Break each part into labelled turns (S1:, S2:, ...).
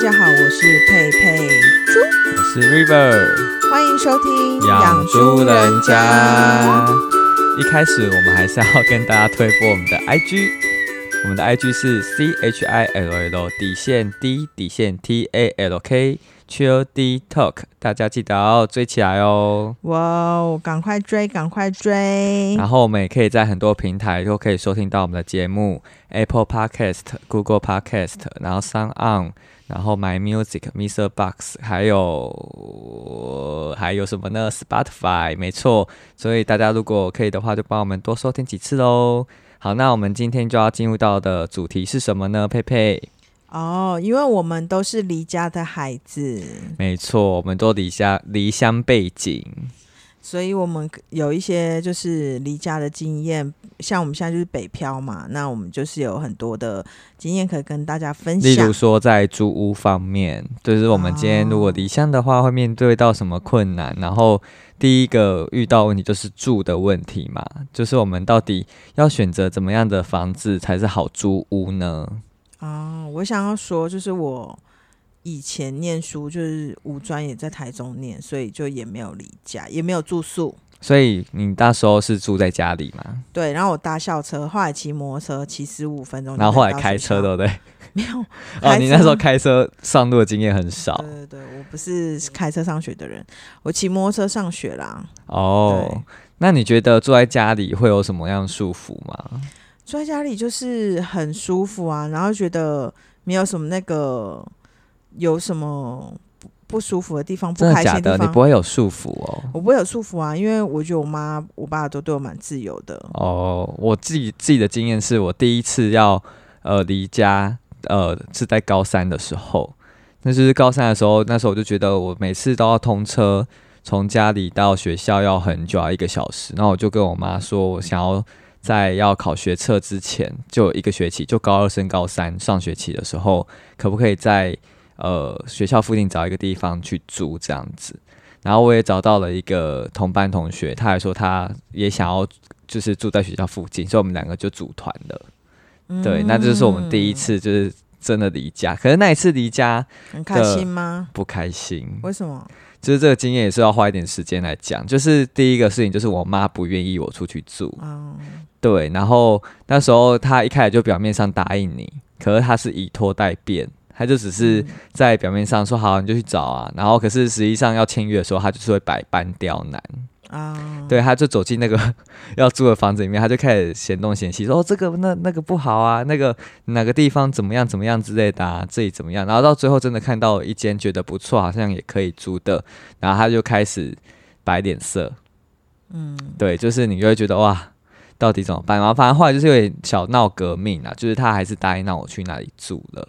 S1: 家好，我是佩佩猪，
S2: 我是 River
S1: 欢迎收听
S2: 养猪人家
S1: 家。。
S2: 一开始我们还是要跟大家推播我们的 IG，我们的 IG 是 C H I L L 底线 D 底线 T A L K Chill D Talk，大家记得要追起来哦。
S1: 哇哦，赶快追，赶快追！
S2: 然后我们也可以在很多平台都可以收听到我们的节目，Apple Podcast、Google Podcast，然后 Sound On，然后 My Music、Mr. Box，还有还有什么呢？Spotify，没错。所以大家如果可以的话，就帮我们多收听几次喽。好，那我们今天就要进入到的主题是什么呢？佩佩，
S1: 哦，因为我们都是离家的孩子，
S2: 没错，我们都离乡离乡背景，
S1: 所以我们有一些就是离家的经验。像我们现在就是北漂嘛，那我们就是有很多的经验可以跟大家分
S2: 例
S1: 享
S2: 如。说在租屋方面，就是我们今天如果离乡的话，会面对到什么困难？然后第一个遇到问题就是住的问题嘛，就是我们到底要选择怎么样的房子才是好租屋呢？
S1: 哦，我想要说，就是我以前念书，就是五专也在台中念，所以就也没有离家，也没有住宿。
S2: 所以你那时候是住在家里嘛？
S1: 对，然后我搭校车，后来骑摩托车，骑十五分钟就能
S2: 然
S1: 到学校。
S2: 后后来开车 对不对？？
S1: 没有
S2: 哦，你那时候
S1: 开
S2: 开车上路的经验很少
S1: 车？对对对，我不是
S2: 嗯
S1: 开车上学的人，我骑摩托车上学啦。
S2: 哦
S1: 对。
S2: 那你觉得住在家里会有什么样的束缚吗？
S1: 住在家里就是很舒服啊，然后觉得没有什么那个有什么不不舒服的地方，不
S2: 真的
S1: 开心
S2: 假的？
S1: 地
S2: 你
S1: 方。
S2: 不会有束缚哦？
S1: 我不会有束缚啊，因为我觉得我妈、我爸都对我蛮自由的。
S2: 哦，我自己自己的经验是我第一次要呃离家，呃是在高三的时候，那就是高三的时候，那时候我就觉得我每次都要通车，从家里到学校要很久，啊要一个小时。然后我就跟我妈说，我想要在要考学测之前，就有一个学期，就高二升高三上学期的时候，可不可以在呃学校附近找一个地方去住这样子？然后我也找到了一个同班同学，他还说他也想要就是住在学校附近，所以我们两个就组团了。哦
S1: 嗯
S2: 对，那这是我们第一次就是真的离家。可是那一次离家
S1: 很开心吗？
S2: 不开心，
S1: 为什么？
S2: 就是这个经验也是要花一点时间来讲。就是第一个事情就是我妈不愿意我出去住，
S1: 啊、
S2: 对，然后那时候她一开始就表面上答应你，可是她是以拖代变，她就只
S1: 嗯
S2: 是在表面上说好你就去找啊，然后可是实际上要签约的时候，她就是会百般刁难。
S1: 啊，
S2: 对，他就走进那个 要租的房子里面，他就开始嫌东嫌西，说哦这个那那个不好啊，那个哪个地方怎么样怎么样之类的、啊，这里怎么样，然后到最后真的看到一间觉得不错，好像也可以租的，然后他就开始摆脸色，
S1: 嗯，
S2: 对，就是你就会觉得哇，到底怎么办？然后反正后来就是有点小闹革命啊，就是他还是答应让我去那里住了。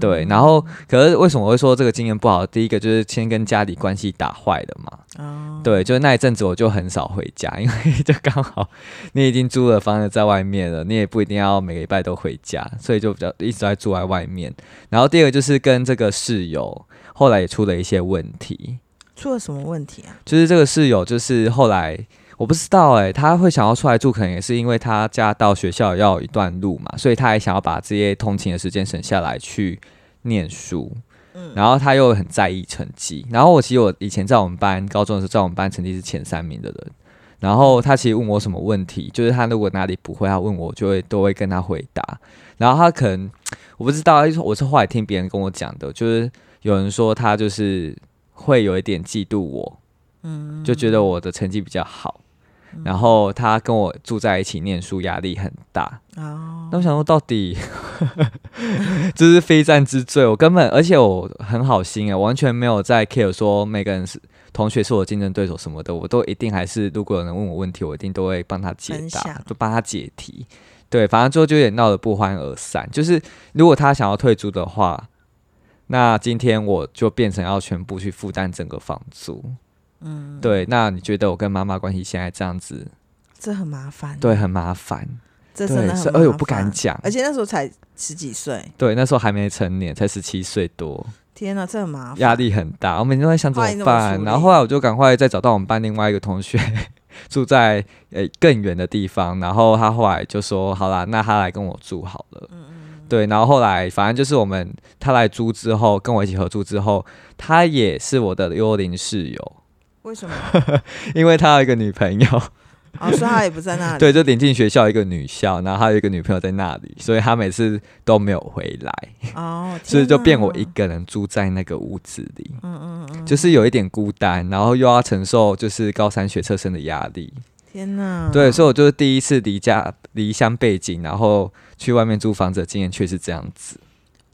S2: 对，然后可是为什么我会说这个经验不好？第一个就是先跟家里关系打坏了嘛，
S1: 啊，
S2: 对，就那一阵子我就很少回家，因为 就刚好你已经租了房子在外面了，你也不一定要每个礼拜都回家，所以就比较一直在住在外面。然后第二个就是跟这个室友后来也出了一些问题，
S1: 出了什么问题啊？
S2: 就是这个室友就是后来我不知道哎、他会想要出来住，可能也是因为他家到学校要有一段路嘛，所以他也想要把这些通勤的时间省下来去念书。然后他又很在意成绩。然后我其实我以前在我们班高中的时候，在我们班成绩是前三名的人。然后他其实问我什么问题，就是他如果哪里不会，他问我就会都会跟他回答。然后他可能我不知道，我是后来听别人跟我讲的，就是有人说他就是会有一点嫉妒我，嗯，就觉得我的成绩比较好。然后他跟我住在一起念书，压力很大。
S1: 啊，
S2: 那我想说，到底 这是非战之罪。我根本，而且我很好心哎，完全没有在 care 说每个人是同学是我竞争对手什么的，我都一定还是，如果有人问我问题，我一定都会帮他解
S1: 分
S2: 答
S1: 享，
S2: 就帮他解题。对，反正最后就有点闹得不欢而散。就是如果他想要退租的话，那今天我就变成要全部去负担整个房租。嗯，对。那你觉得我跟妈妈关系现在这样子，
S1: 这很麻烦，，
S2: 对，很麻烦。
S1: 这真
S2: 对，
S1: 的很
S2: 是，
S1: 麻
S2: 哎
S1: 烦。
S2: 呦，不敢，讲。
S1: 而且那时候才十几岁，
S2: 对，那时候还没成年，才十七岁多，
S1: 天哪，这很麻烦，
S2: 压力很大。我每天都在想怎
S1: 后来你
S2: 么
S1: 怎么处
S2: 办。
S1: 理
S2: 然后后来我就赶快再找到我们班另外一个同学， 住在
S1: 嗯
S2: 呃更远的地方。然后他后来就说：“好啦，那他来跟我住好了。对，然后后来反正就是我们他来租之后，跟我一起合租之后，他也是我的幽灵室友，
S1: 为什么？
S2: 因为他有一个女 朋友，
S1: 哦，说他也不在那里。
S2: 对，就临近学校一个女校，然后他有一个女朋友在那里，所以他每次都没有回来，
S1: 哦，
S2: 所以就变我
S1: 天
S2: 一
S1: 哪
S2: 个人住在那个屋子里，
S1: 嗯嗯嗯，
S2: 就是有一点孤单，然后又要承受就是高三学测生的压力，
S1: 嗯天哪，
S2: 对，所以我就是第一次离家离乡背景，然后去外面租房子的经验却是这样子，
S1: 嗯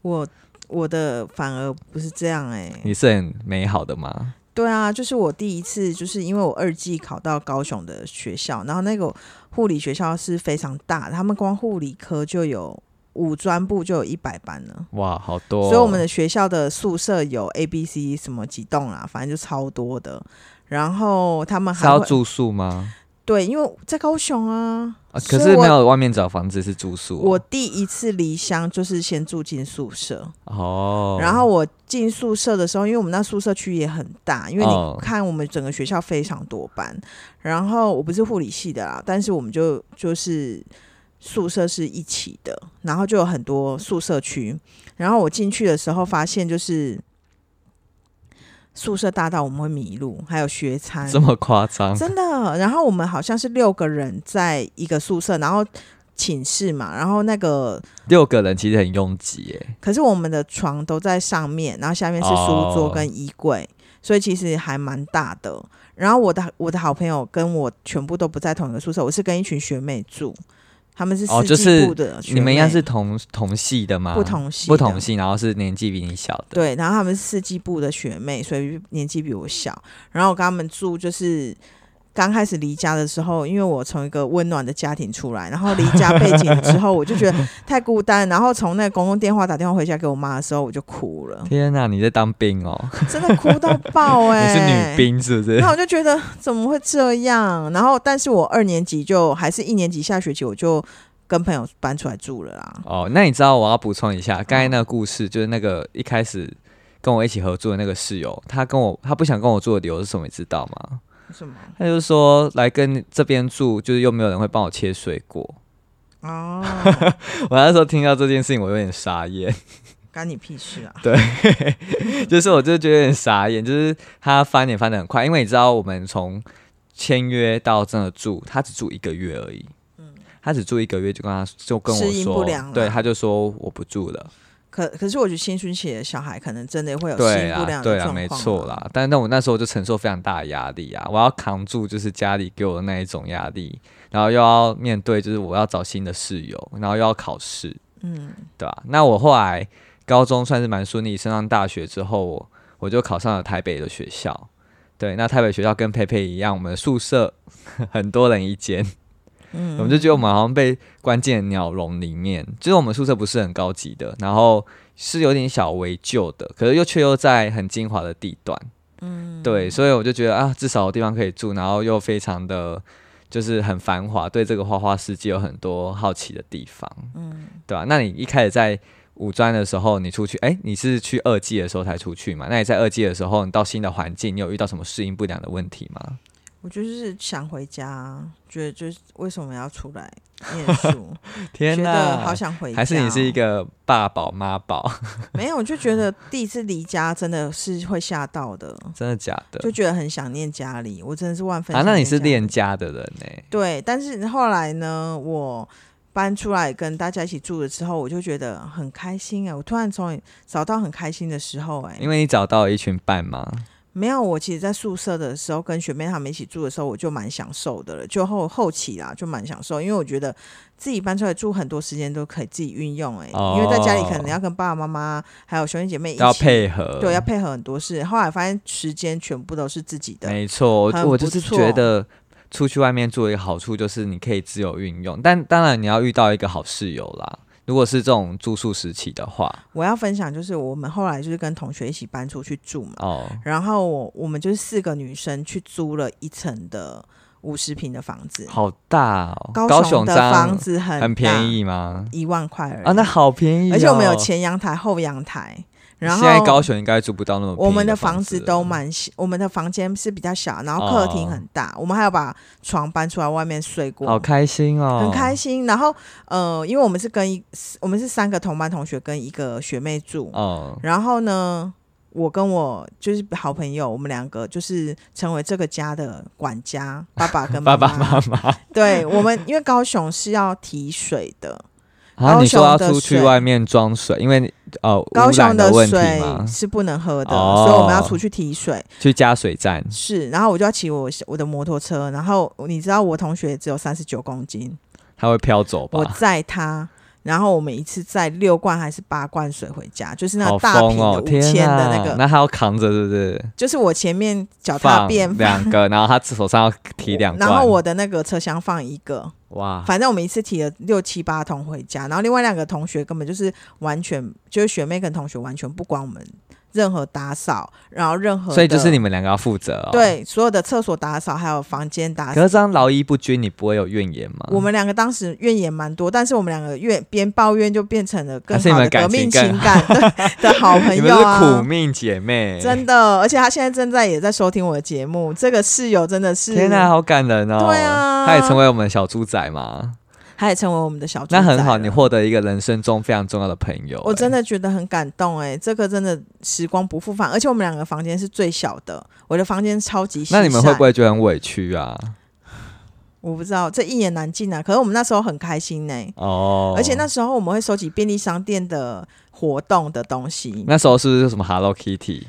S1: 我我的反而不是这样哎、
S2: 你是很美好的吗？
S1: 对啊，就是我第一次，就是因为我二技考到高雄的学校，然后那个护理学校是非常大的，他们光护理科就有五专部就有一百班了。
S2: 哇，好多哦、
S1: 所以我们的学校的宿舍有 A、B、C 什么几栋啦，反正就超多的。然后他们
S2: 是
S1: 还
S2: 要
S1: 会
S2: 住宿吗？
S1: 对，因为在高雄啊，
S2: 啊，
S1: 所
S2: 可
S1: 以
S2: 是没
S1: 我
S2: 有外面找房子是住宿
S1: 我
S2: 哦、
S1: 第一次离乡就是先住进宿舍，
S2: 哦。
S1: 然后我进宿舍的时候，因为我们那宿舍区也很大，因为
S2: 哦
S1: 你看我们整个学校非常多班，然后我不是护理系的啦，但是我们就就是宿舍是一起的，然后就有很多宿舍区，然后我进去的时候发现就是宿舍大到我们会迷路，还有学餐，
S2: 这么夸张，
S1: 真的。然后我们好像是六个人在一个宿舍，然后寝室嘛，然后那个
S2: 六个人其实很拥挤耶。
S1: 可是我们的床都在上面，然后下面是
S2: 哦
S1: 书桌跟衣柜，所以其实还蛮大的。然后我的我的好朋友跟我全部都不在同一个宿舍，我是跟一群学妹住，他们是
S2: 哦
S1: 四
S2: 就
S1: 季
S2: 是
S1: 部的学妹、
S2: 你们应该是同同系的吗？
S1: 不同系
S2: 不
S1: 的
S2: 同系，然后是年纪比你小的。
S1: 对，然后他们是四季部的学妹，所以年纪比我小。然后我跟他们住，就是刚开始离家的时候，因为我从一个温暖的家庭出来，然后离家背景之后，我就觉得太孤单。然后从那个公共电话打电话回家给我妈的时候，我就哭了，
S2: 天哪、你在当兵哦？
S1: 真的哭到爆哎、
S2: 你是 女。兵是不是
S1: 然？后我就觉得怎么会这样？然后，但是我二年级就还是一年级下学期我就跟朋友搬出来住了啦。
S2: 哦，那你知道我要补充一下，刚才那个故事就是那个一开始跟我一起合住的那个室友，他跟我他不想跟我住的理由是什么？你知道吗？
S1: 什么？
S2: 他就说来跟这边住，就是又没有人会帮我切水果。
S1: 哦，
S2: 我那时候听到这件事情，我有点傻眼，
S1: 干你屁事啊！
S2: 就是我就觉得有点傻眼，就是他翻脸翻得很快，因为你知道我们从签约到真的住，他只住一个月而已。他只住一个月就跟他就跟我
S1: 嗯适应不良
S2: 说，
S1: 了
S2: 对，他就说我不住了，
S1: 可可是我觉得新春期的小孩可能真的会有适
S2: 对
S1: 应不
S2: 啊，
S1: 良
S2: 对
S1: 的
S2: 啊，
S1: 状
S2: 没
S1: 况、
S2: 错。啦。但但我那时候就承受非常大的压力啊，我要扛住就是家里给我的那一种压力，然后又要面对就是我要找新的室友，然后又要考试，
S1: 嗯，
S2: 对吧、那我后来高中算是蛮顺利，升上大学之后，我我就考上了台北的学校。对，那台北学校跟佩佩一样，我们的宿舍 很多人一间，
S1: 嗯
S2: 我们就觉得我们好像被关进了鸟笼里面。就是我们宿舍不是很高级的，然后是有点小微旧的，可是又却又在很精华的地段。嗯，对，所以我就觉得啊，至少有地方可以住，然后又非常的就是很繁华，对这个花花世界有很多好奇的地方。嗯，对吧、那你一开始在五专的时候，你出去，哎、你是去二季的时候才出去嘛？那你在二季的时候，你到新的环境，你有遇到什么适应不良的问题吗？
S1: 我就是想回家，觉得就是为什么要出来念书，
S2: 天
S1: 觉得好
S2: 哪！
S1: 想回家。
S2: 还是你是一个爸宝妈宝？
S1: 没有，我就觉得第一次离家真的是会吓到的，
S2: 真的假的
S1: 就？觉得很想念家里。我真的是万分
S2: 啊，那你
S1: 想
S2: 是
S1: 念家
S2: 恋家的人欸呢、
S1: 对，但是后来呢，我搬出来跟大家一起住了之后，我就觉得很开心哎、我突然从找到很开心的时候哎、
S2: 因为你找到了一群伴嘛。
S1: 没有，我其实，在宿舍的时候跟学妹她们一起住的时候，我就蛮享受的了。就后后期啦，就蛮享受，因为我觉得自己搬出来住，很多时间都可以自己运用、欸。哎、
S2: 哦
S1: 因为在家里可能要跟爸爸妈妈还有兄弟姐妹一起
S2: 要配合，
S1: 对，要啊配合很多事。后来发现时间全部都是自己的，
S2: 没错，
S1: 啊很
S2: 我我就
S1: 不
S2: 是
S1: 错
S2: 觉得出去外面住的一个好处就是你可以自由运用，但当然你要遇到一个好室友啦。如果是这种住宿时期的话，
S1: 我要分享就是我们后来就是跟同学一起搬出去住嘛，
S2: 哦，
S1: 然后我我们就是四个女生去租了一层的五十平的房子，
S2: 好大哦，
S1: 雄
S2: 雄
S1: 的
S2: 这样
S1: 房子很
S2: 很便
S1: 宜，
S2: 宜吗？啊
S1: 一万块而已
S2: 啊，那好便宜、哦，
S1: 而且我们有前阳台、后阳台，然后
S2: 现在高雄应该租不到那么便宜
S1: 我们
S2: 的
S1: 的房
S2: 子
S1: 子
S2: 了
S1: 都蛮小，我们的房间是比较小，然后客厅很大，我们还要把床搬出来外面睡过，
S2: 哦好开心哦，
S1: 很开心。然后呃，因为我们是跟一我们是三个同班同学跟一个学妹住，
S2: 哦，
S1: 然后呢，我跟我就是好朋友，我们两个就是成为这个家的管家，爸爸跟
S2: 爸
S1: 妈妈。
S2: 爸妈妈
S1: 对我们，因为高雄是要提水的，
S2: 啊，
S1: 高
S2: 你说
S1: 雄
S2: 要
S1: 的
S2: 出去
S1: 水
S2: 外面装水，因为你呃
S1: 高
S2: 污染
S1: 雄
S2: 问题
S1: 水
S2: 嘛，
S1: 是不能喝的，
S2: 哦
S1: 所以我们要出去提水。
S2: 去加水站，
S1: 是，然后我就要骑我我的摩托车，然后你知道我同学只有三十九公斤，
S2: 它会飘走
S1: 我
S2: 吧？
S1: 载他。然后我们一次载六罐还是八罐水回家，就是那
S2: 好
S1: 个大
S2: 疯
S1: 瓶的
S2: 哦！
S1: 五
S2: 天
S1: 千的那
S2: 哪
S1: 个，
S2: 那他要扛着是不是？
S1: 就是我前面脚踏
S2: 放
S1: 便放
S2: 两个，然后他手上要提两啊罐，
S1: 然后我的那个车厢放一个，
S2: 哇，
S1: 反正我们一次提了六七八桶回家，然后另外两个同学根本就是完全就是学妹跟同学完全不管我们任何打扫，然后任何的
S2: 所以就是你们两个要负责哦。，
S1: 对所有的厕所打扫还有房间打
S2: 可
S1: 扫
S2: 是。这样劳逸不均，你不会有怨言吗？
S1: 我们两个当时怨言蛮多，但是我们两个怨边抱怨就变成了更
S2: 还是你
S1: 好
S2: 们
S1: 的革
S2: 感情
S1: 命
S2: 更
S1: 情感对的 好朋
S2: 你们
S1: 友
S2: 是苦
S1: 啊，
S2: 命欸姐妹，
S1: 真的。而且他现在正在也在收听我的节目，这个室友真的是，
S2: 天哪，好感人哦！
S1: 对啊
S2: 他也成为我们的小猪仔嘛，
S1: 他也成为我们的小
S2: 那
S1: 猪
S2: 很
S1: 仔
S2: 好，
S1: 了
S2: 你获得一个人生中非常重要的朋友、
S1: 我真
S2: 的
S1: 的觉得很感动哎、这个真的时光不复返，而且我们两个房间是最小的，我的房间超级细。
S2: 那你们会不？会觉得很委屈啊？
S1: 我不知道，这一言难尽啊。可是我们那时候很开心呢、
S2: 哦，
S1: 而且那时候我们会收集便利商店的活动的东西，
S2: 那时候是不是什么 Hello Kitty？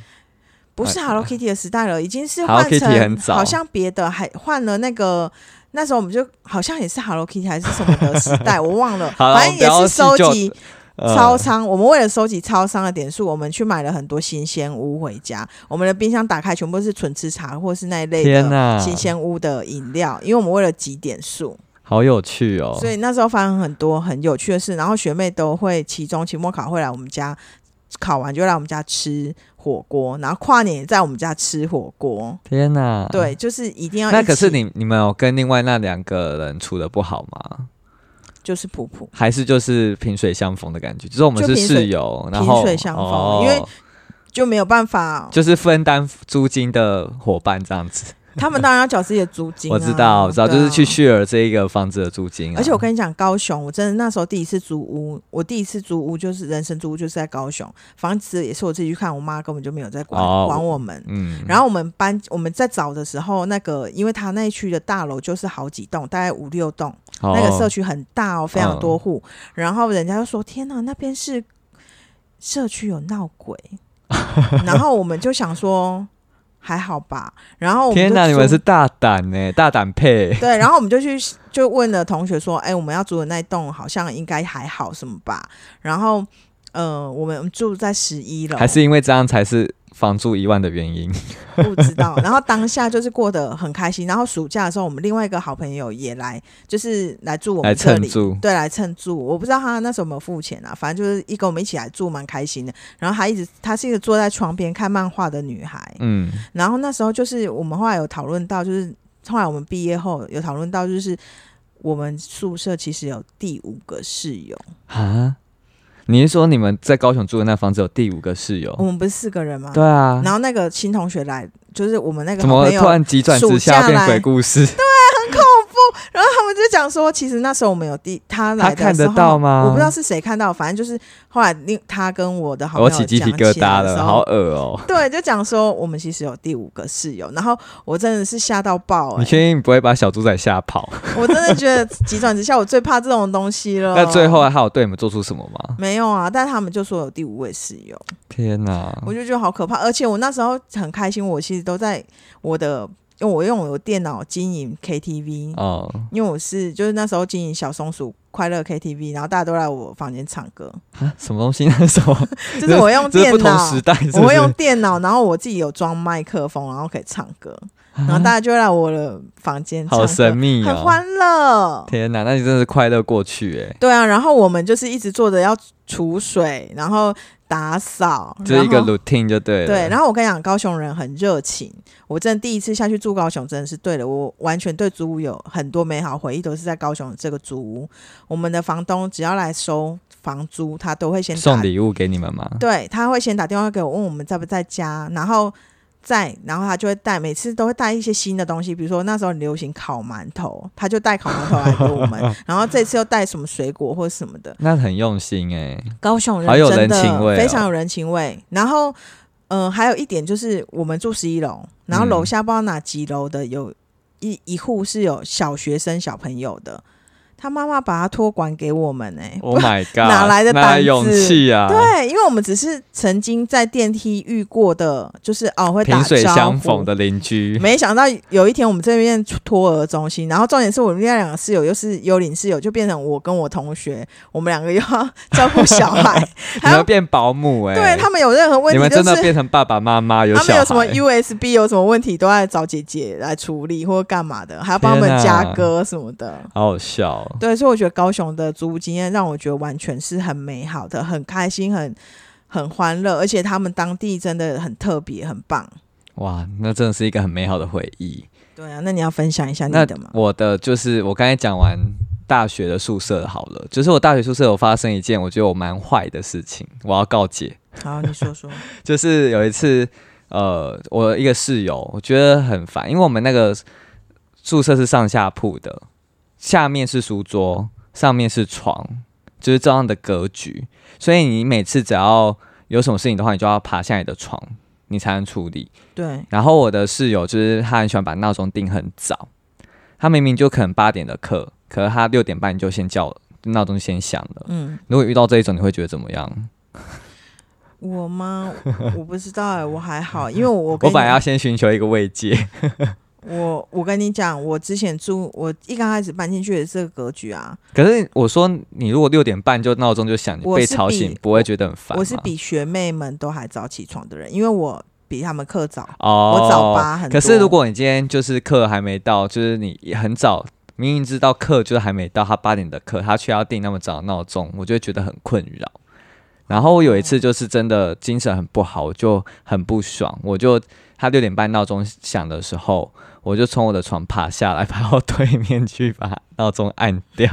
S1: 不是 Hello Kitty 的时代了，已经是
S2: Hello
S1: 换
S2: Kitty 很
S1: 成
S2: 早
S1: 好像别的，还换了那个。那时候我们就好像也是 Hello Kitty 还是什么的时代，我忘了，
S2: 好了
S1: 反正
S2: 我们不
S1: 也
S2: 要
S1: 是收
S2: 细究
S1: 集
S2: 呃
S1: 超商，我们为了收集超商的点数，我们去买了很多新鲜屋回家。我们的冰箱打开，全部是纯吃茶或是那一类
S2: 天
S1: 的
S2: 哪，
S1: 新鲜屋的饮料，因为我们为了集点数，
S2: 好有趣哦！
S1: 所以那时候发生很多很有趣的事。然后学妹都会期中、期末考会来我们家，考完就来我们家吃火锅，然后跨年也在我们家吃火锅。
S2: 天哪，。
S1: 对，就是一定要一起。
S2: 哦那可是你你们有跟另外那两个人处的不好吗？
S1: 就是普普，
S2: 还是就是萍水相逢的感觉？就是我们
S1: 就是萍水
S2: 室友，然后
S1: 萍水相逢
S2: 哦
S1: 因为就没有办法。
S2: 就是分担租金的伙伴这样子。
S1: 他们当然要缴自己的租金啊、
S2: 我知道，我知道，
S1: 对啊
S2: 就是去 share 这一个房子的租金、啊。
S1: 而且我跟你讲，高雄我真的那时候第一次租屋，我第一次租屋就是人生租屋就是在高雄，房子也是我自己去看，我妈根本就没有在管、
S2: 哦
S1: 管我们。
S2: 嗯，
S1: 然后我们搬我们在找的时候，那个因为他那一区的大楼就是好几栋，大概五六栋，
S2: 后
S1: 那个社区很大哦，非常多户。然后人家就说：“天哪，那边是社区有闹鬼。”然后我们就想说还好吧，然后我们啊
S2: 天
S1: 哪，
S2: 你们是大胆呢、大胆配。
S1: 对，然后我们就去就问了同学说，哎、我们要住的那一栋好像应该还好什么吧？然后，呃，我们住在十一楼，
S2: 还是因为这样才是房租一万的原因？
S1: 不知道。然后当下就是过得很开心。然后暑假的时候，我们另外一个好朋友也来，就是来住我
S2: 来
S1: 们这
S2: 蹭
S1: 里。
S2: 住
S1: 对，来蹭住，我不知道他那时候有没有付钱啊，反正就是一跟我们一起来住，蛮开心的。然后他一直，她是一个坐在床边看漫画的女孩，
S2: 嗯，
S1: 然后那时候就是我们后来有讨论到，就是后来我们毕业后有讨论到，就是我们宿舍其实有第五个室友，
S2: 啊，你是说你们在高雄住的那房子有第五个室友？
S1: 我们不是四个人吗？
S2: 哦对啊，
S1: 然后哦那个新同学来，就是我们那个
S2: 怎
S1: 好
S2: 么
S1: 朋友，
S2: 突然急转直下
S1: 暑假
S2: 变
S1: 来
S2: 鬼故事？
S1: 然后他们就讲说，其实那时候我们有第他来
S2: 他
S1: 的
S2: 看
S1: 时
S2: 得
S1: 候
S2: 到吗
S1: 我不知道是谁看到，反正就是后来另他跟我的好朋
S2: 我
S1: 友
S2: 起鸡皮
S1: 讲
S2: 疙
S1: 起来
S2: 瘩
S1: 的时
S2: 了，
S1: 候
S2: 好恶哦、
S1: 对，就讲说我们其实有第五个室友，然后我真的是吓到爆、
S2: 你
S1: 欸，
S2: 确定你不会把小猪仔吓跑？
S1: 我真的觉得急转直下，我最怕这种东西了。
S2: 那最后他有对你们做出什么吗？
S1: 没有啊，但他们就说有第五位室友，
S2: 天哪、
S1: 我就觉得好可怕。而且我那时候很开心，我其实都在我的，因为我用我的电脑经营 KTV，、
S2: 哦，
S1: 因为我是就是那时候经营小松鼠快乐 KTV，然后大家都来我房间唱 歌，
S2: 啊，什么东西？那是什 么？
S1: 就是我用
S2: 这是
S1: 电
S2: 不同
S1: 脑
S2: 时。代是不是，
S1: 我会用电脑，然后我自己有装麦克风，然后可以唱歌，然后大家就会来我的房间唱歌，
S2: 啊好神秘
S1: 很
S2: 哦！
S1: 欢乐。
S2: 天哪，那你真的是快乐过去哎、
S1: 对啊，然后我们就是一直做着要储水，然后打扫，
S2: 就是一
S1: 嗯
S2: 个
S1: 然后
S2: routine 就对了。
S1: 对，然后我跟你讲，高雄人很热情。我真的第一次下去住高雄，真的是对了，我完全对租屋有很多美好回忆，都是在高雄这个租屋。我们的房东只要来收房租，他都会先打
S2: 送礼物给你们吗？
S1: 对，他会先打电话给我，问我们在不在家，然后在，然后他就会带，每次都会带一些新的东西，比如说那时候很流行烤馒头，他就带烤馒头来给我 们，然后这次又带什么水果或什么的，
S2: 那很用心哎、
S1: 高雄人
S2: 好有
S1: 真
S2: 人
S1: 的
S2: 情味哦
S1: 非常有人情味。然后，嗯、还有一点就是我们住十一楼，然后
S2: 嗯
S1: 楼下不知道哪几楼的有一一户是有小学生小朋友的，他妈妈把他托管给我们哎、
S2: Oh my god！
S1: 哪来的
S2: 哪
S1: 胆子
S2: 勇气啊？
S1: 对，因为我们只是曾经在电梯遇过的，就是哦会打
S2: 萍水
S1: 招
S2: 相
S1: 呼
S2: 逢。的邻居，
S1: 没想到有一天我们这边托儿中心，然后重点是我们另外两个室友又是幽灵室友，就变成我跟我同学，我们两个又要 照顾小孩，
S2: 你
S1: 还要
S2: 们变保姆 哎、
S1: 对他们有任何问
S2: 你
S1: 题，
S2: 们
S1: 就
S2: 真的
S1: 是
S2: 变成爸爸妈妈，有
S1: 他
S2: 小
S1: 们
S2: 孩，
S1: 有什么 USB 有什么问题，都在找姐姐来处理或干嘛的，还要帮他们
S2: 天啊
S1: 加歌什么的。
S2: 好好笑哦。
S1: 对，所以我觉得高雄的租屋经验让我觉得完全是很美好的，很开心，很很欢乐，而且他们当地真的很特别，很棒。
S2: 哇，那真的是一个很美好的回忆。
S1: 对啊，那你要分享一下你
S2: 那
S1: 的吗？
S2: 我的就是我刚才讲完大学的宿舍好了，就是我大学宿舍有发生一件我觉得我蛮坏的事情，我要告诫。
S1: 好，你说 说。
S2: 就是有一次，呃，我一个室友，我觉得很烦，因为我们那个宿舍是上下铺的，下面是书桌，上面是床，就是这样的格局，所以你每次只要有什么事情的话，你就要爬下你的床，你才能处理。
S1: 对，
S2: 然后我的室友就是他很喜欢把闹钟定很早，他明明就可能八点的课，可是他六点半就先叫了闹钟先响了。
S1: 嗯，
S2: 如果遇到这一种，你会觉得怎么样？
S1: 我吗？我不知道哎、我还 好，因为我跟
S2: 我
S1: 你
S2: 本来要先寻求一个慰藉。
S1: 我我跟你讲，我之前住我一刚开始搬进去的这个格局啊，
S2: 可是我说，你如果六点半就闹钟就响，你
S1: 我
S2: 被
S1: 是
S2: 吵
S1: 比
S2: 醒不会觉得很烦吗？
S1: 我是比学妹们都还早起床的人，因为我比他们课早。
S2: 哦，
S1: 我早八很多
S2: 可是如果你今天就是课还没到，就是你很早，明明知道课就是还没到，他八点的课，他却要定那么早的闹钟，我就会觉得很困扰。然后我有一次就是真的精神很不好，我就很不爽，我就他六点半闹钟响的时候，我就从我的床爬下来，爬到对面去把闹钟按掉。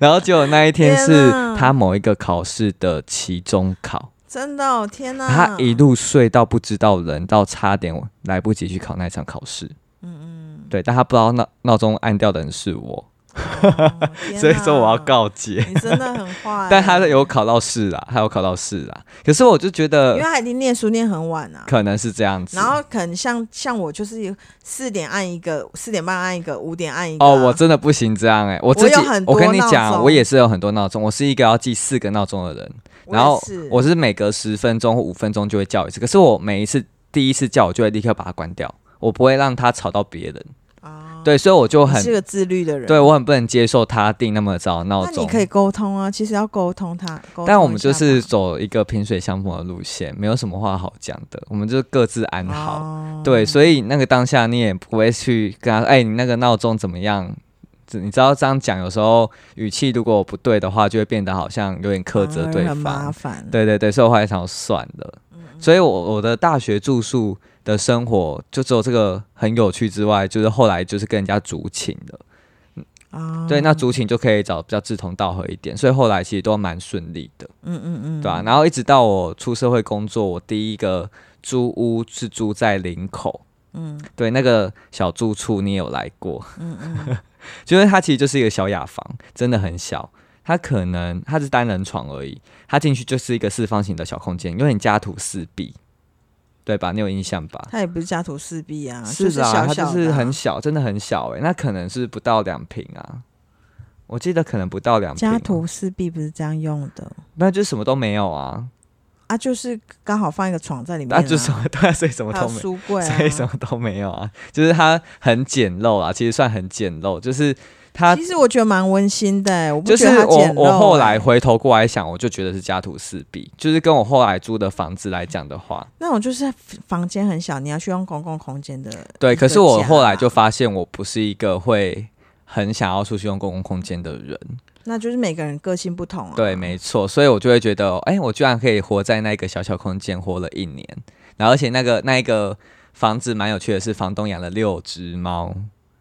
S2: 然后结果那一天是
S1: 天啊
S2: 他某一个考试的期中考，
S1: 真的、哦，天哪！
S2: 他一路睡到不知道人，到差点来不及去考那一场考试。嗯嗯，对，但他不知道闹闹钟按掉的人是我，
S1: 哦，天
S2: 所以说我要
S1: 哪
S2: 告诫。。
S1: 你真的很坏 欸
S2: 但他有，考到试啦，他有考到试啦。可是我就觉
S1: 因为
S2: 得
S1: 他已经念书念很晚啊。
S2: 可能是这样子。
S1: 然后可能像像我就是四点按一个，四点半按一个，五点按一个啊、
S2: 哦，我真的不行这样哎、我自己
S1: 我有很，多
S2: 我跟你
S1: 闹
S2: 讲，
S1: 钟
S2: 我也是有很多闹钟，我是一个要记四个闹钟的人。
S1: 我
S2: 然后
S1: 也是
S2: 我是每隔十分钟或五分钟就会叫一次，可是我每一次第一次叫，我就会立刻把它关掉，我不会让它吵到别人。
S1: 啊，
S2: 对，所以我就
S1: 你
S2: 很
S1: 是个自律的人。
S2: 对，我很不能接受他定那么早的闹
S1: 那
S2: 钟
S1: 你。可以沟通啊，其实要沟通他。沟通一下
S2: 但我们就是
S1: 吧
S2: 走一个萍水相逢的路线，没有什么话好讲的，我们就各自安好。
S1: 哦
S2: 对，所以那个当下你也不会去跟他，哎、你那个闹钟怎么样？这你知道这样讲，有时候语气如果不对的话，就会变得好像有点苛责
S1: 反而
S2: 对
S1: 嗯很麻
S2: 方。
S1: 烦。嗯
S2: 对对对，所以我后来想算了。所以我我的大学住宿的生活，就只有这个很有趣之外，就是后来就是跟人家主寝了。
S1: 啊，
S2: 对，那族群就可以找比较志同道合一点，所以后来其实都蛮顺利的，
S1: 嗯嗯嗯，
S2: 对吧、啊然后一直到我出社会工作，我第一个租屋是租在林口，
S1: 嗯
S2: 对，那个小住处你也有来过，
S1: 嗯 嗯，
S2: 就是它其实就是一个小雅房，真的很小，它可能它是单人床而已，它进去就是一个四方形的小空间，有点家徒四壁，对吧？你有印象吧？
S1: 他也不是家徒四壁啊，
S2: 啊是
S1: 就是小小
S2: 它
S1: 的
S2: 就
S1: 啊
S2: 是很小，真的很小哎、那可能是不到两平啊。我记得可能不到两平啊、
S1: 家徒四壁不是这样用的
S2: 那就什么都没有啊，
S1: 啊，就是刚好放一个床在里面
S2: 那
S1: 啊，
S2: 就什么对、啊，所以什么
S1: 还
S2: 都
S1: 有
S2: 没，
S1: 书柜啊，
S2: 所以什么都没有啊，就是它很简陋啊，其实算很简陋，就是它
S1: 其实我觉得蛮温馨的、我不
S2: 就是
S1: 觉得它
S2: 我
S1: 简陋、欸
S2: 我后来，回头过来想，我就觉得是家徒四壁，就是跟我后来租的房子来讲的话，
S1: 那种就是房间很小，你要去用公共空间的一个家。
S2: 对，可是我后来就发现我不是一个会很想要出去用公共空间的人，
S1: 那就是每个人个性不同啊。
S2: 对，没错，所以我就会觉得，哎、我居然可以活在那个小小空间活了一年，然后而且那个那一个房子蛮有趣的是，房东养了六只猫，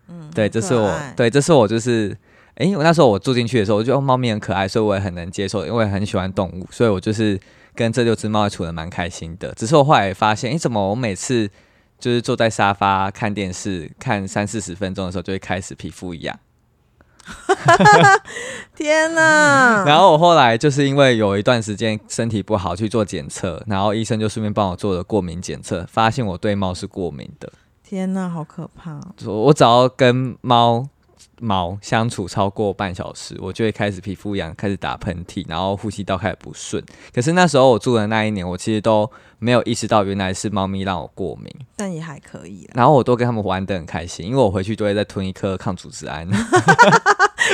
S2: 嗯，对，这是
S1: 可
S2: 我
S1: 爱
S2: 对，这是我就是，哎、我那时候我住进去的时候，我就觉得哦猫咪很可爱，所以我也很能接受，因为很喜欢动物，所以我就是跟这六只猫处的蛮开心的。只是我后来发现，哎、怎么我每次就是坐在沙发看电视看三四十分钟的时候，就会开始皮肤痒。
S1: 天哪！
S2: 然后我后来就是因为有一段时间身体不好去做检测，然后医生就顺便帮我做了过敏检测，发现我对猫是过敏的。
S1: 天哪，好可怕！
S2: 我我只要跟猫毛相处超过半小时，我就会开始皮肤痒，开始打喷嚏，然后呼吸道开始不顺。可是那时候我住的那一年，我其实都没有意识到原来是猫咪让我过敏，
S1: 但也还可以啦。
S2: 然后我都跟它们玩得很开心，因为我回去都会再吞一颗抗组织胺。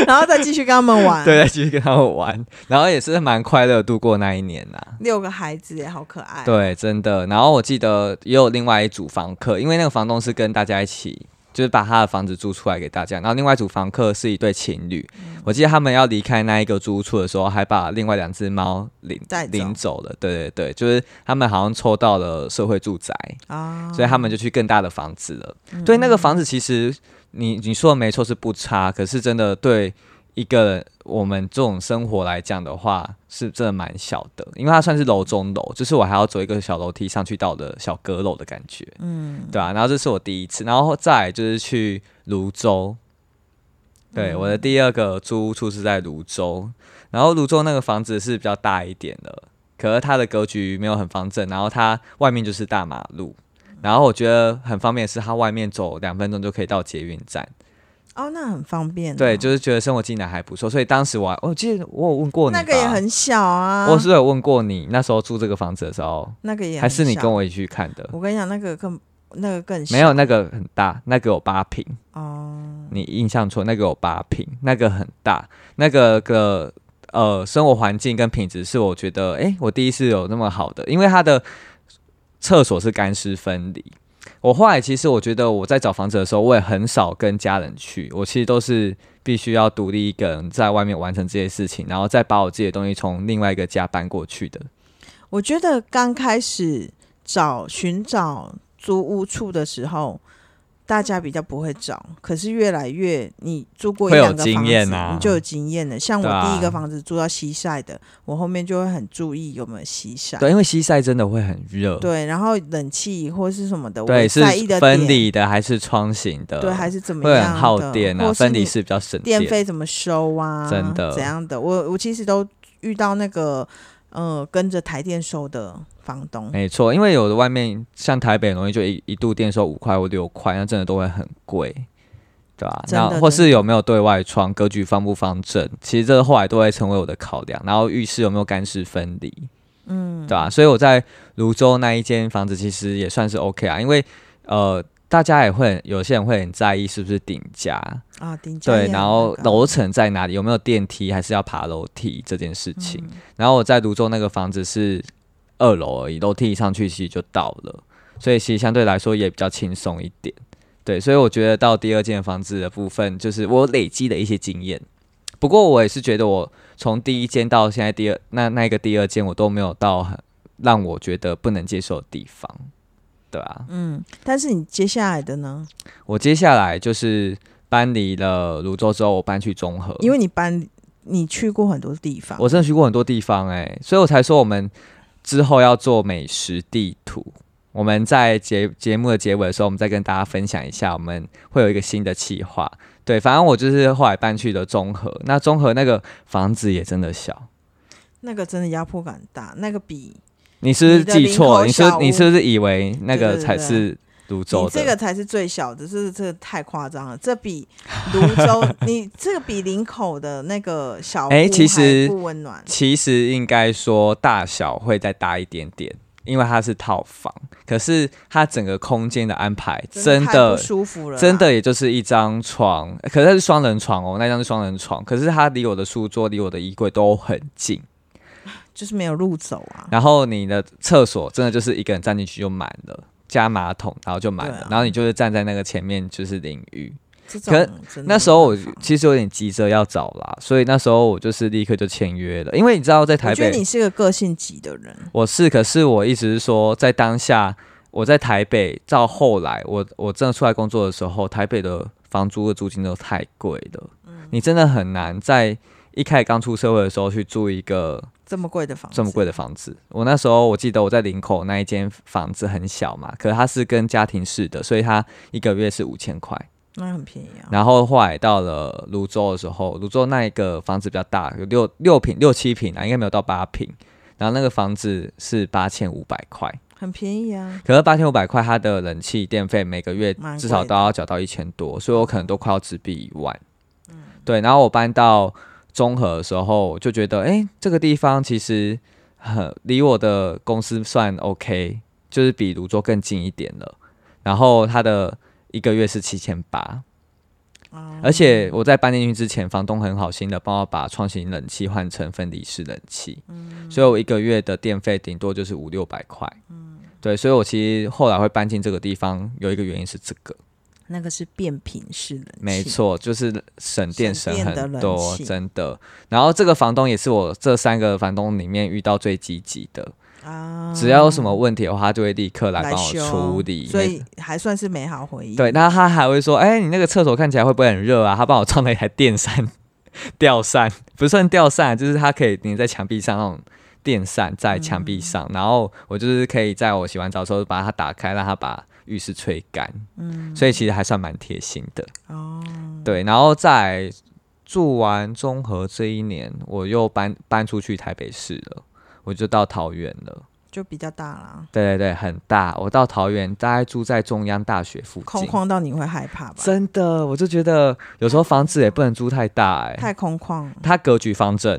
S1: 然后再继续跟他们玩。
S2: 对，再继续跟他们玩，然后也是蛮快乐地度过那一年呐、
S1: 六个孩子也好可爱。，
S2: 对，真的。然后我记得也有另外一组房客，因为那个房东是跟大家一起，就是把他的房子租出来给大家。然后另外一组房客是一对情侣，
S1: 嗯
S2: 我记得他们要离开那一个租屋处的时候，还把另外两只猫领
S1: 带走
S2: 领走了。对对对，就是他们好像抽到了社会住宅，
S1: 啊，
S2: 所以他们就去更大的房子了。对，那个房子其实你你说的没错是不差，可是真的对一个我们这种生活来讲的话，是真的蛮小的，因为它算是楼中楼，就是我还要走一个小楼梯上去到我的小阁楼的感觉，嗯，对啊，然后这是我第一次，然后再来就是去泸州。对，我的第二个租屋处是在泸州，然后泸州那个房子是比较大一点的，可是它的格局没有很方正，然后它外面就是大马路，然后我觉得很方便的是，它外面走两分钟就可以到捷运站。
S1: 哦，那很方便啊。
S2: 对，就是觉得生活技能还不错，所以当时我还我记得我有问过你吧，
S1: 那个也很小啊。
S2: 我是不是有问过你那时候住这个房子的时候，
S1: 那个也很
S2: 还是你
S1: 小
S2: 跟我一起去看的？
S1: 我跟你讲，那个更那个更小
S2: 没有，那个很大，那个有八平，
S1: 哦，
S2: 你印象错，那个有八平，那个很大，那个个呃生活环境跟品质是我觉得，诶，我第一次有那么好的，因为它的厕所是干湿分离。我后来其实我觉得我在找房子的时候，我也很少跟家人去，我其实都是必须要独立一个人在外面完成这些事情，然后再把我自己的东西从另外一个家搬过去的。
S1: 我觉得刚开始找寻找租屋处的时候。大家比较不会找，可是越来越你住过一
S2: 会有
S1: 两个
S2: 经
S1: 房
S2: 验
S1: 子，
S2: 啊
S1: 你就有经验了。像我
S2: 对啊
S1: 第一个房子住到西晒的，我后面就会很注意有没有西晒。
S2: 对，因为西晒真的会很热，
S1: 对，然后冷气或是什么的，
S2: 对，
S1: 我
S2: 是
S1: 在意的
S2: 分
S1: 点
S2: 离的还是窗型的？
S1: 对，还是怎么
S2: 会
S1: 样
S2: 很耗
S1: 的
S2: 电
S1: 或
S2: 啊，
S1: 是
S2: 分离
S1: 你
S2: 式比较省
S1: 电费怎么收啊？
S2: 真的
S1: 怎样的？我我其实都遇到那个呃跟着台电收的房东，
S2: 没错，因为有的外面像台北很容易就一一度电收五块或六块，那真的都会很贵，对吧、
S1: 真的
S2: 那或
S1: 真
S2: 是有没有对外窗，格局方不方正，其实这后来都会成为我的考量。然后浴室有没有干湿分离，嗯，对吧、所以我在泸州那一间房子其实也算是 OK 啊，因为呃。大家也会很有些人会很在意是不是顶价，
S1: 啊，顶价
S2: 对，
S1: 也
S2: 然
S1: 很
S2: 后
S1: 那个
S2: 楼层在哪里，有没有电梯，还是要爬楼梯这件事情。
S1: 嗯
S2: 然后我在泸州那个房子是二楼而已，楼梯上去其实就到了，所以其实相对来说也比较轻松一点。对，所以我觉得到第二间房子的部分，就是我累积的一些经验。不过我也是觉得，我从第一间到现在第二那那一个第二间，我都没有到很让我觉得不能接受的地方，对啊。
S1: 嗯，但是你接下来的呢？
S2: 我接下来就是搬离了泸州之后，我搬去中和，
S1: 因为你搬你去过很多地方，
S2: 我真的去过很多地方哎、所以我才说我们之后要做美食地图。我们在节节目的结尾的时候，我们再跟大家分享一下，我们会有一个新的企划。对，反正我就是后来搬去的中和，那中和那个房子也真的小。
S1: 那个真的压迫感很大，那个比
S2: 你是不是记错了？你
S1: 你
S2: 是
S1: 的林口小屋
S2: 你是不是以为那个
S1: 对对对
S2: 才是泸州
S1: 你
S2: 的？
S1: 这个才是最小的，这这太夸张了，这比泸 州你这个比林口的那个小
S2: 哎
S1: 屋还
S2: 其实
S1: 不温暖，
S2: 其实应该说大小会再大一点点，因为它是套房，可是它整个空间的安排真
S1: 太不
S2: 的
S1: 舒服了，
S2: 真。的也就是一张床，呃可是它是双人床哦，那张是双人床，可是它离我的书桌、离我的衣柜都很近。
S1: 就是没有路走啊。
S2: 然后你的厕所真的就是一个人站进去就满了，加马桶然后就满了，
S1: 对啊
S2: 然后你就是站在那个前面就是淋浴。
S1: 这
S2: 可
S1: 种真的
S2: 那时候我
S1: 没办法
S2: 其实有点急着要找啦，所以那时候我就是立刻就签约了，因为你知道在台
S1: 我觉得
S2: 北
S1: 你是个个性急的人，
S2: 我是，可是我一直是说在当下我在台北，到后来我我真的出来工作的时候，台北的房租的租金都太贵了，你真的很难在一开始刚出社会的时候去住一个
S1: 这么贵的房子，
S2: 这么贵的房子。我那时候我记得我在林口那一间房子很小嘛，可是它是跟家庭式的，所以它一个月是五千块。
S1: 那很便宜啊。
S2: 然后后来到了泸州的时候，泸州那一个房子比较大，有六六平六七平啊，应该没有到八平。然后那个房子是八千五百块，
S1: 很便宜啊，
S2: 可是八千五百块，它的冷气电费每个月
S1: 蛮贵的
S2: 至少都要缴到一千多，所以我可能都快要直逼一万。
S1: 嗯
S2: 对。然后我搬到中和的时候，我就觉得，哎，这个地方其实很离我的公司算 OK，就是比泸州更近一点了。然后它的一个月是七千八，
S1: 哦
S2: 而且我在搬进去之前，房东很好心的帮我把创新冷气换成分离式冷气，
S1: 嗯
S2: 所以我一个月的电费顶多就是五六百块。
S1: 嗯
S2: 对，所以我其实后来会搬进这个地方，有一个原因是这个，
S1: 那个是变频式的，
S2: 没，错，就是省电省
S1: 省电的
S2: 很
S1: 冷
S2: 多，
S1: 气
S2: 真的。然后这个房东也是我这三个房东里面遇到最积极的，
S1: 啊，
S2: 只要有什么问题的话，他就会立刻来
S1: 来
S2: 帮我
S1: 修
S2: 处理。
S1: 所
S2: 没
S1: 以还算是美好回忆。
S2: 对，那他还会说：“哎、你那个厕所看起来会不会很热啊？”他帮我装了一台电扇，吊扇不算吊扇，就是它可以粘在墙壁上那种电扇在墙
S1: 嗯
S2: 壁上，然后我就是可以在我洗完澡的时候把它打开，让它把浴室吹干。嗯，所以其实还算蛮贴心的。
S1: 哦，
S2: 对，然后再住完中和这一年，我又搬搬出去台北市了，我就到桃园了。
S1: 就比较大啦，
S2: 对对对，很大。我到桃园，大概住在中央大学附
S1: 空
S2: 近。
S1: 旷到你会害怕吧？
S2: 真的，我就觉得有时候房子也不能租太大、欸，
S1: 太空旷，
S2: 它格局方正，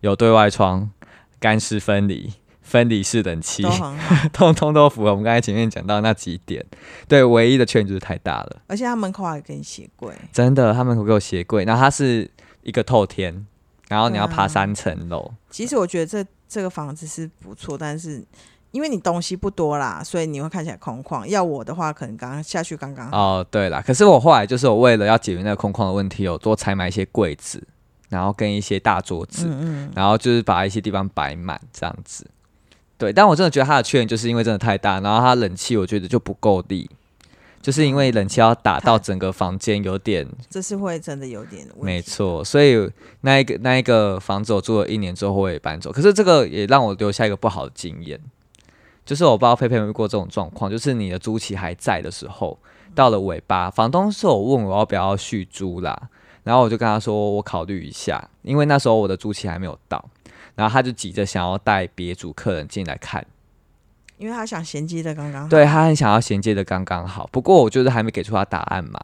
S2: 有对外窗，干湿分离，分离式冷气
S1: 都，很好，
S2: 通通都符合我们刚才前面讲到那几点。对，唯一的缺点就是太大了，
S1: 而且它门口还给你鞋柜，
S2: 真的。他们给我鞋柜，然后它是一个透天，然后你要
S1: 对
S2: 爬
S1: 啊
S2: 三层楼，
S1: 其实我觉得这这个房子是不错，但是因为你东西不多啦，所以你会看起来空旷。要我的话，可能刚刚下去刚刚好。
S2: 哦，对啦，可是我后来就是我为了要解决那个空旷的问题，有多采买一些柜子，然后跟一些大桌子，
S1: 嗯嗯，
S2: 然后就是把一些地方摆满这样子。对，但我真的觉得它的缺点就是因为真的太大，然后它冷气我觉得就不够力，就是因为冷气要打到整个房间有点
S1: 这是会真的有点问题。
S2: 没错，所以那一个那一个房子我住了一年之后我也搬走，可是这个也让我留下一个不好的经验，就是我不知道佩佩有没有遇过这种状况，就是你的租期还在的时候，到了尾巴，房东是有问我要不要续租啦，然后我就跟他说我考虑一下，因为那时候我的租期还没有到，然后他就急着想要带别组客人进来看，
S1: 因为他想衔接的刚刚好。
S2: 对他很想要衔接的刚刚好，不过我就是还没给出他答案嘛。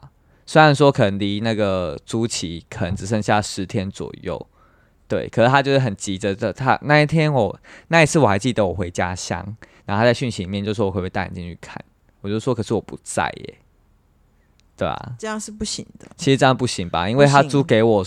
S2: 虽然说可能离那个租期可能只剩下十天左右，对，可是他就是很急着的。他那一天我那一次我还记得我回家乡，然后他在讯息里面就说我可不可以带你进去看，我就说可是我不在耶，对啊，
S1: 这样是不行的。
S2: 其实这样不行吧，因为他
S1: 不行
S2: 租给我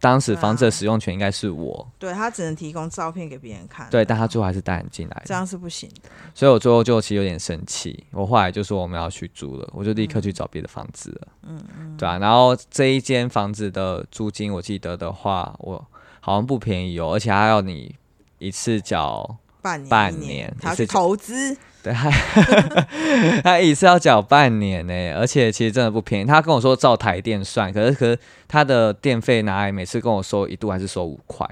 S2: 当时房子
S1: 对
S2: 的
S1: 啊
S2: 使用权应该是我，
S1: 对他只能提供照片给别人看。
S2: 对，但他最后还是带你进来了，
S1: 这样是不行的。
S2: 所以我最后就其实有点生气，我后来就说我们要去租了，我就立刻去找别的房子了。嗯嗯嗯，对啊。然后这一间房子的租金，我记得的话，我好像不便宜哦，而且还要你一次缴，
S1: 半年，
S2: 半
S1: 一
S2: 年
S1: 年，他要
S2: 也
S1: 去
S2: 是
S1: 投资，
S2: 对，还他一次要缴半年呢，而且其实真的不便宜。他跟我说照台电算，可是可是他的电费拿来每次跟我收一度还是收五块，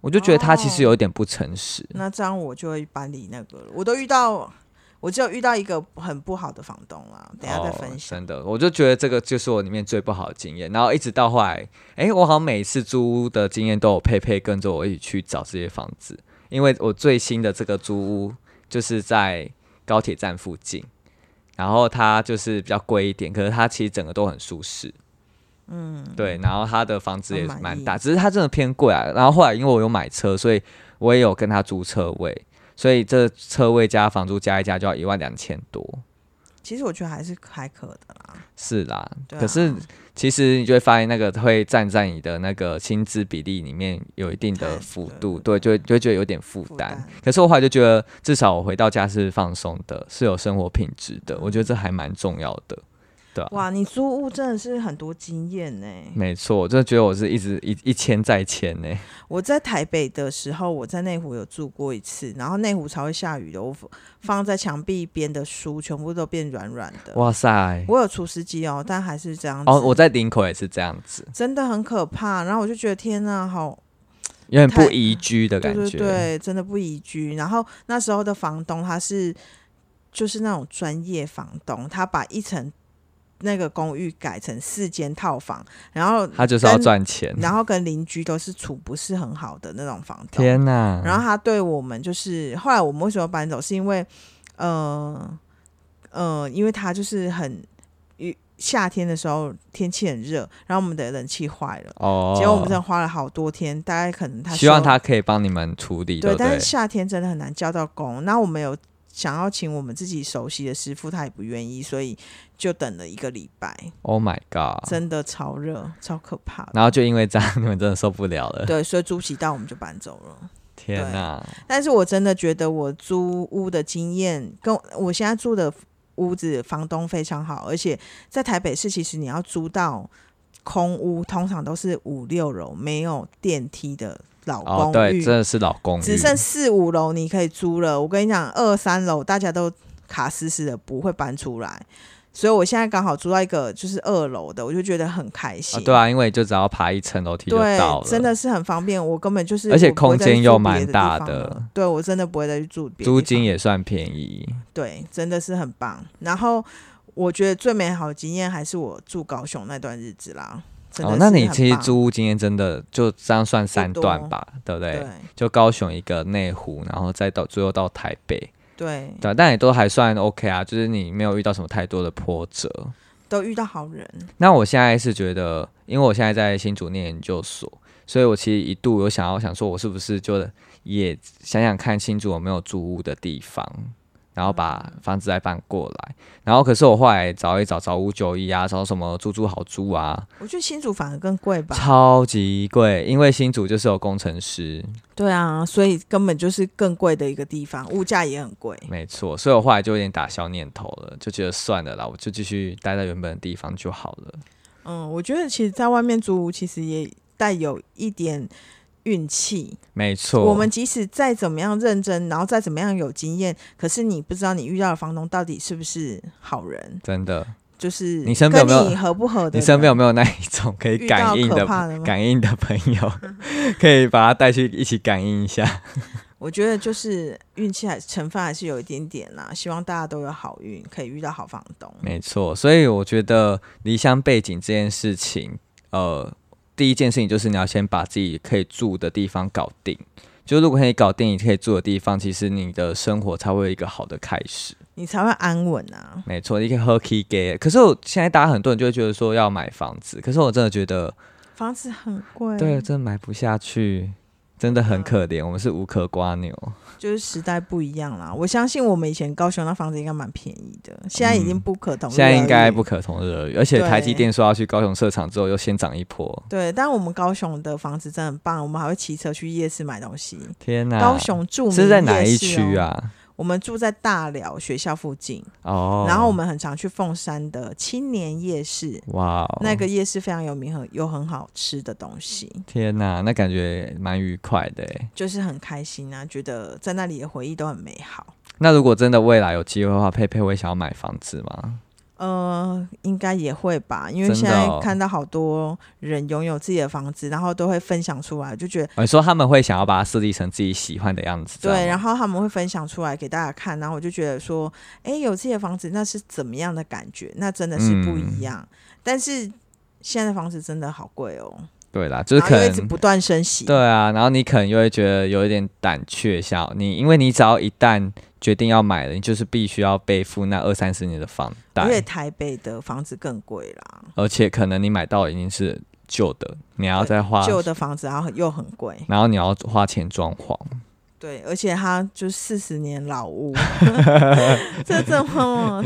S2: 我就觉得他其实
S1: 哦
S2: 有一点不诚实。
S1: 那这样我就会搬离那个了。我都遇到，我只有遇到一个很不好的房东啦，等一下再分
S2: 哦。
S1: 享。
S2: 真的，我就觉得这个就是我里面最不好的经验。然后一直到后来，哎，我好像每次租屋的经验都有佩佩跟着我一起去找这些房子，因为我最新的这个租屋就是在高铁站附近，然后它就是比较贵一点，可是它其实整个都很舒适。嗯，对，然后它的房子也
S1: 我满意
S2: 蛮大，只是它真的偏贵啊。然后后来因为我有买车，所以我也有跟他租车位，所以这车位加房租加一加就要一万两千多。
S1: 其实我觉得还是还可的啦。
S2: 是啦，
S1: 对啊
S2: 可是其实你就会发现，那个会站在你的那个薪资比例里面有一定的
S1: 看
S2: 幅
S1: 对
S2: 度，对，就会就会觉得有点负
S1: 负
S2: 担
S1: 担。
S2: 可是我后来就觉得，至少我回到家是放松的，是有生活品质的，我觉得这还蛮重要的。对啊，
S1: 嗯哇，你租屋真的是很多经验呢、
S2: 没错，我真的觉得我是一直一一签再签呢、
S1: 我在台北的时候，我在内湖有住过一次，然后内湖超会下雨的，我放在墙壁边的书全部都变软软的。
S2: 哇塞！
S1: 呃我有除湿机哦，但还是这样子。
S2: 哦，我在林口也是这样子，
S1: 真的很可怕。然后我就觉得天呐，好
S2: 有点
S1: 太
S2: 不宜居的感
S1: 对
S2: 觉。
S1: 对对，真的不宜居。然后那时候的房东他是就是那种专业房东，他把一层那个公寓改成四间套房，然后
S2: 他就是要赚钱。
S1: 然后跟邻居都是处不是很好的那种房东。
S2: 天哪！
S1: 然后他对我们就是后来我们为什么搬走，是因为呃呃，因为他就是很一夏天的时候天气很热，然后我们的冷气坏了。
S2: 哦，
S1: 结果我们真的花了好多天，大概可能他
S2: 希望
S1: 修
S2: 他可以帮你们处理，
S1: 对，
S2: 不
S1: 但
S2: 对
S1: 是？夏天真的很难叫到工。那我们有想要请我们自己熟悉的师傅，他也不愿意，所以就等了一个礼拜，
S2: Oh my god！
S1: 真的超热，超可怕的。
S2: 然后就因为这样，你们真的受不了了。
S1: 对，所以租期到我们就搬走了。
S2: 天哪！
S1: 但是我真的觉得我租屋的经验，跟我我现在住的屋子房东非常好，而且在台北市，其实你要租到空屋，通常都是五六楼没有电梯的老
S2: 哦，
S1: 公
S2: 对，
S1: 寓，
S2: 真的是老公寓，哦
S1: 只剩四五楼你可以租了。我跟你讲，二三楼大家都卡死死的，不会搬出来。所以我现在刚好租到一个就是二楼的，我就觉得很开心。
S2: 哦对啊，因为就只要爬一层楼梯就
S1: 对
S2: 到了，
S1: 真的是很方便。我根本就是，
S2: 而且
S1: 我不会再
S2: 空间
S1: 去
S2: 又
S1: 住别
S2: 蛮
S1: 的地
S2: 大
S1: 方
S2: 的
S1: 了对我真的不会再去住别的
S2: 租
S1: 地
S2: 金
S1: 方
S2: 也算便宜。
S1: 对，真的是很棒。然后我觉得最美好的经验还是我住高雄那段日子啦。真的
S2: 哦
S1: 是，
S2: 那你
S1: 很
S2: 其实
S1: 棒
S2: 租屋经验真的就这样算三
S1: 多
S2: 段吧，对不
S1: 对
S2: 就高雄一个内湖，然后再到最后到台北，
S1: 对，
S2: 对啊，但也都还算 OK 啊，就是你没有遇到什么太多的波折。
S1: 都遇到好人，
S2: 那我现在是觉得，因为我现在在新竹念研究所，所以我其实一度有想要想说，我是不是就也想想看新竹有没有租屋的地方，然后把房子再搬过来。然后可是我后来找一找，找五九一啊，找什么猪猪好租啊，
S1: 我觉得新竹反而更贵吧。
S2: 超级贵，因为新竹就是有工程师，
S1: 对啊，所以根本就是更贵的一个地方，物价也很贵。
S2: 没错，所以我后来就有点打消念头了，就觉得算了啦，我就继续待在原本的地方就好了。
S1: 嗯，我觉得其实在外面租屋其实也带有一点运气。
S2: 没错，
S1: 我们即使再怎么样认真，然后再怎么样有经验，可是你不知道你遇到的房东到底是不是好人，
S2: 真的，
S1: 就是
S2: 你身边有没有
S1: 跟你合不合的人？
S2: 你身边有没有那一种可以
S1: 遇到
S2: 感应
S1: 可
S2: 的
S1: 怕的吗？
S2: 感应的朋 友，可以把他带去一起感应一下。
S1: 我觉得就是运气还成分还是有一点点啦，希望大家都有好运，可以遇到好房东。
S2: 没错，所以我觉得离乡背景这件事情，呃，第一件事情就是你要先把自己可以住的地方搞定。就如果可以搞定你可以住的地方，其实你的生活才会有一个好的开始。
S1: 你才会安稳啊！
S2: 没错，你可以喝 K gay。可是我现在大家很多人就会觉得说要买房子，可是我真的觉得，
S1: 房子很贵，
S2: 对，真的买不下去，真的很可怜，我们是无壳瓜牛。
S1: 就是时代不一样啦。我相信我们以前高雄那房子应该蛮便宜的，现在已经不可同日
S2: 嗯现在应该
S1: 而语
S2: 不可同日而语，而且
S1: 对
S2: 台积电说要去高雄设厂之后，又先涨一波。
S1: 对，但我们高雄的房子真的很棒，我们还会骑车去夜市买东西。
S2: 天哪！
S1: 高雄著名
S2: 是在哪一
S1: 夜市哦
S2: 区？啊？
S1: 我们住在大寮学校附近，
S2: 哦，
S1: 然后我们很常去凤山的青年夜市，
S2: 哇哦，
S1: 那个夜市非常有名，很有很好吃的东西，
S2: 天哪，那感觉蛮愉快的欸耶。
S1: 就是很开心啊，觉得在那里的回忆都很美好。
S2: 那如果真的未来有机会的话，佩佩会想要买房子吗？
S1: 呃，应该也会吧，因为
S2: 真的
S1: 现在
S2: 哦
S1: 看到好多人拥有自己的房子，然后都会分享出来，就觉得
S2: 哦你说他们会想要把它设计成自己喜欢的样子，这样
S1: 对，
S2: 吗
S1: 然后他们会分享出来给大家看，然后我就觉得说，哎，有自己的房子那是怎么样的感觉？那真的是不
S2: 嗯
S1: 一样。但是现在的房子真的好贵哦，
S2: 对啦，就是
S1: 然
S2: 可
S1: 后又一直
S2: 能
S1: 不断升息。
S2: 对啊，然后你可能又会觉得有一点胆怯，想你，因为你只要一旦决定要买了，你就是必须要背负那二三十年的房
S1: 因为
S2: 贷，
S1: 台北的房子更贵啦，
S2: 而且可能你买到已经是旧的，你还要再花，
S1: 旧的房子然后又很贵，
S2: 然后你要花钱装潢，
S1: 对，而且它就四十年老 屋，这怎么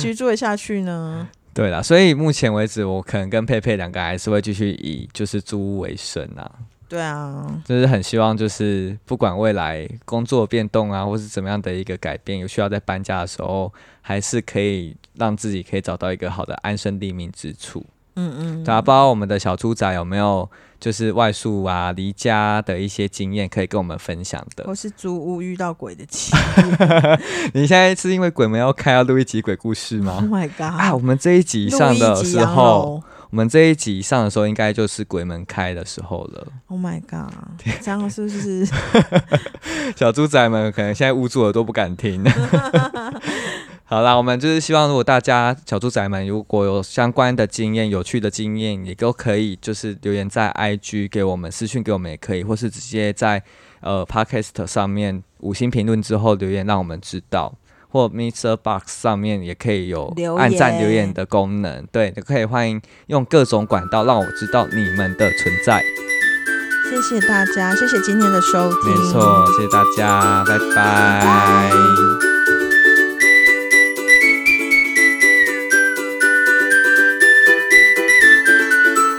S1: 居住得下去呢？
S2: 对啦，所以目前为止，我可能跟佩佩两个还是会继续以就是租屋为生啊，
S1: 对啊，
S2: 就是很希望，就是不管未来工作变动啊，或是怎么样的一个改变，有需要在搬家的时候，还是可以让自己可以找到一个好的安身立命之处。
S1: 嗯
S2: 对
S1: 嗯，
S2: 啊，不知道我们的小猪仔有没有就是外宿啊、离家的一些经验可以跟我们分享的？
S1: 我是租屋遇到鬼的气
S2: 你现在是因为鬼门要开要录一集鬼故事
S1: ，Oh
S2: 吗？
S1: my
S2: 啊，我
S1: god！
S2: 们这一集
S1: 录
S2: 上
S1: 一
S2: 的
S1: 集啊
S2: 时
S1: 洋
S2: 候，
S1: 楼
S2: 我们这一集上的时候，应该就是鬼门开的时候了。
S1: ，Oh my god！这样是不是？
S2: 小猪仔们可能现在捂住耳朵不敢听。好啦，我们就是希望，如果大家小猪仔们如果有相关的经验、有趣的经验，也都可以就是留言在 IG 给我们私讯给我们也可以，或是直接在呃 Podcast 上面五星评论之后留言让我们知道，或 Mr. Box 上面也可以有
S1: 留言
S2: 按赞留言的功能，对，都可以欢迎用各种管道让我知道你们的存在。
S1: 谢谢大家，谢谢今天的收听，
S2: 没错，谢谢大家，拜拜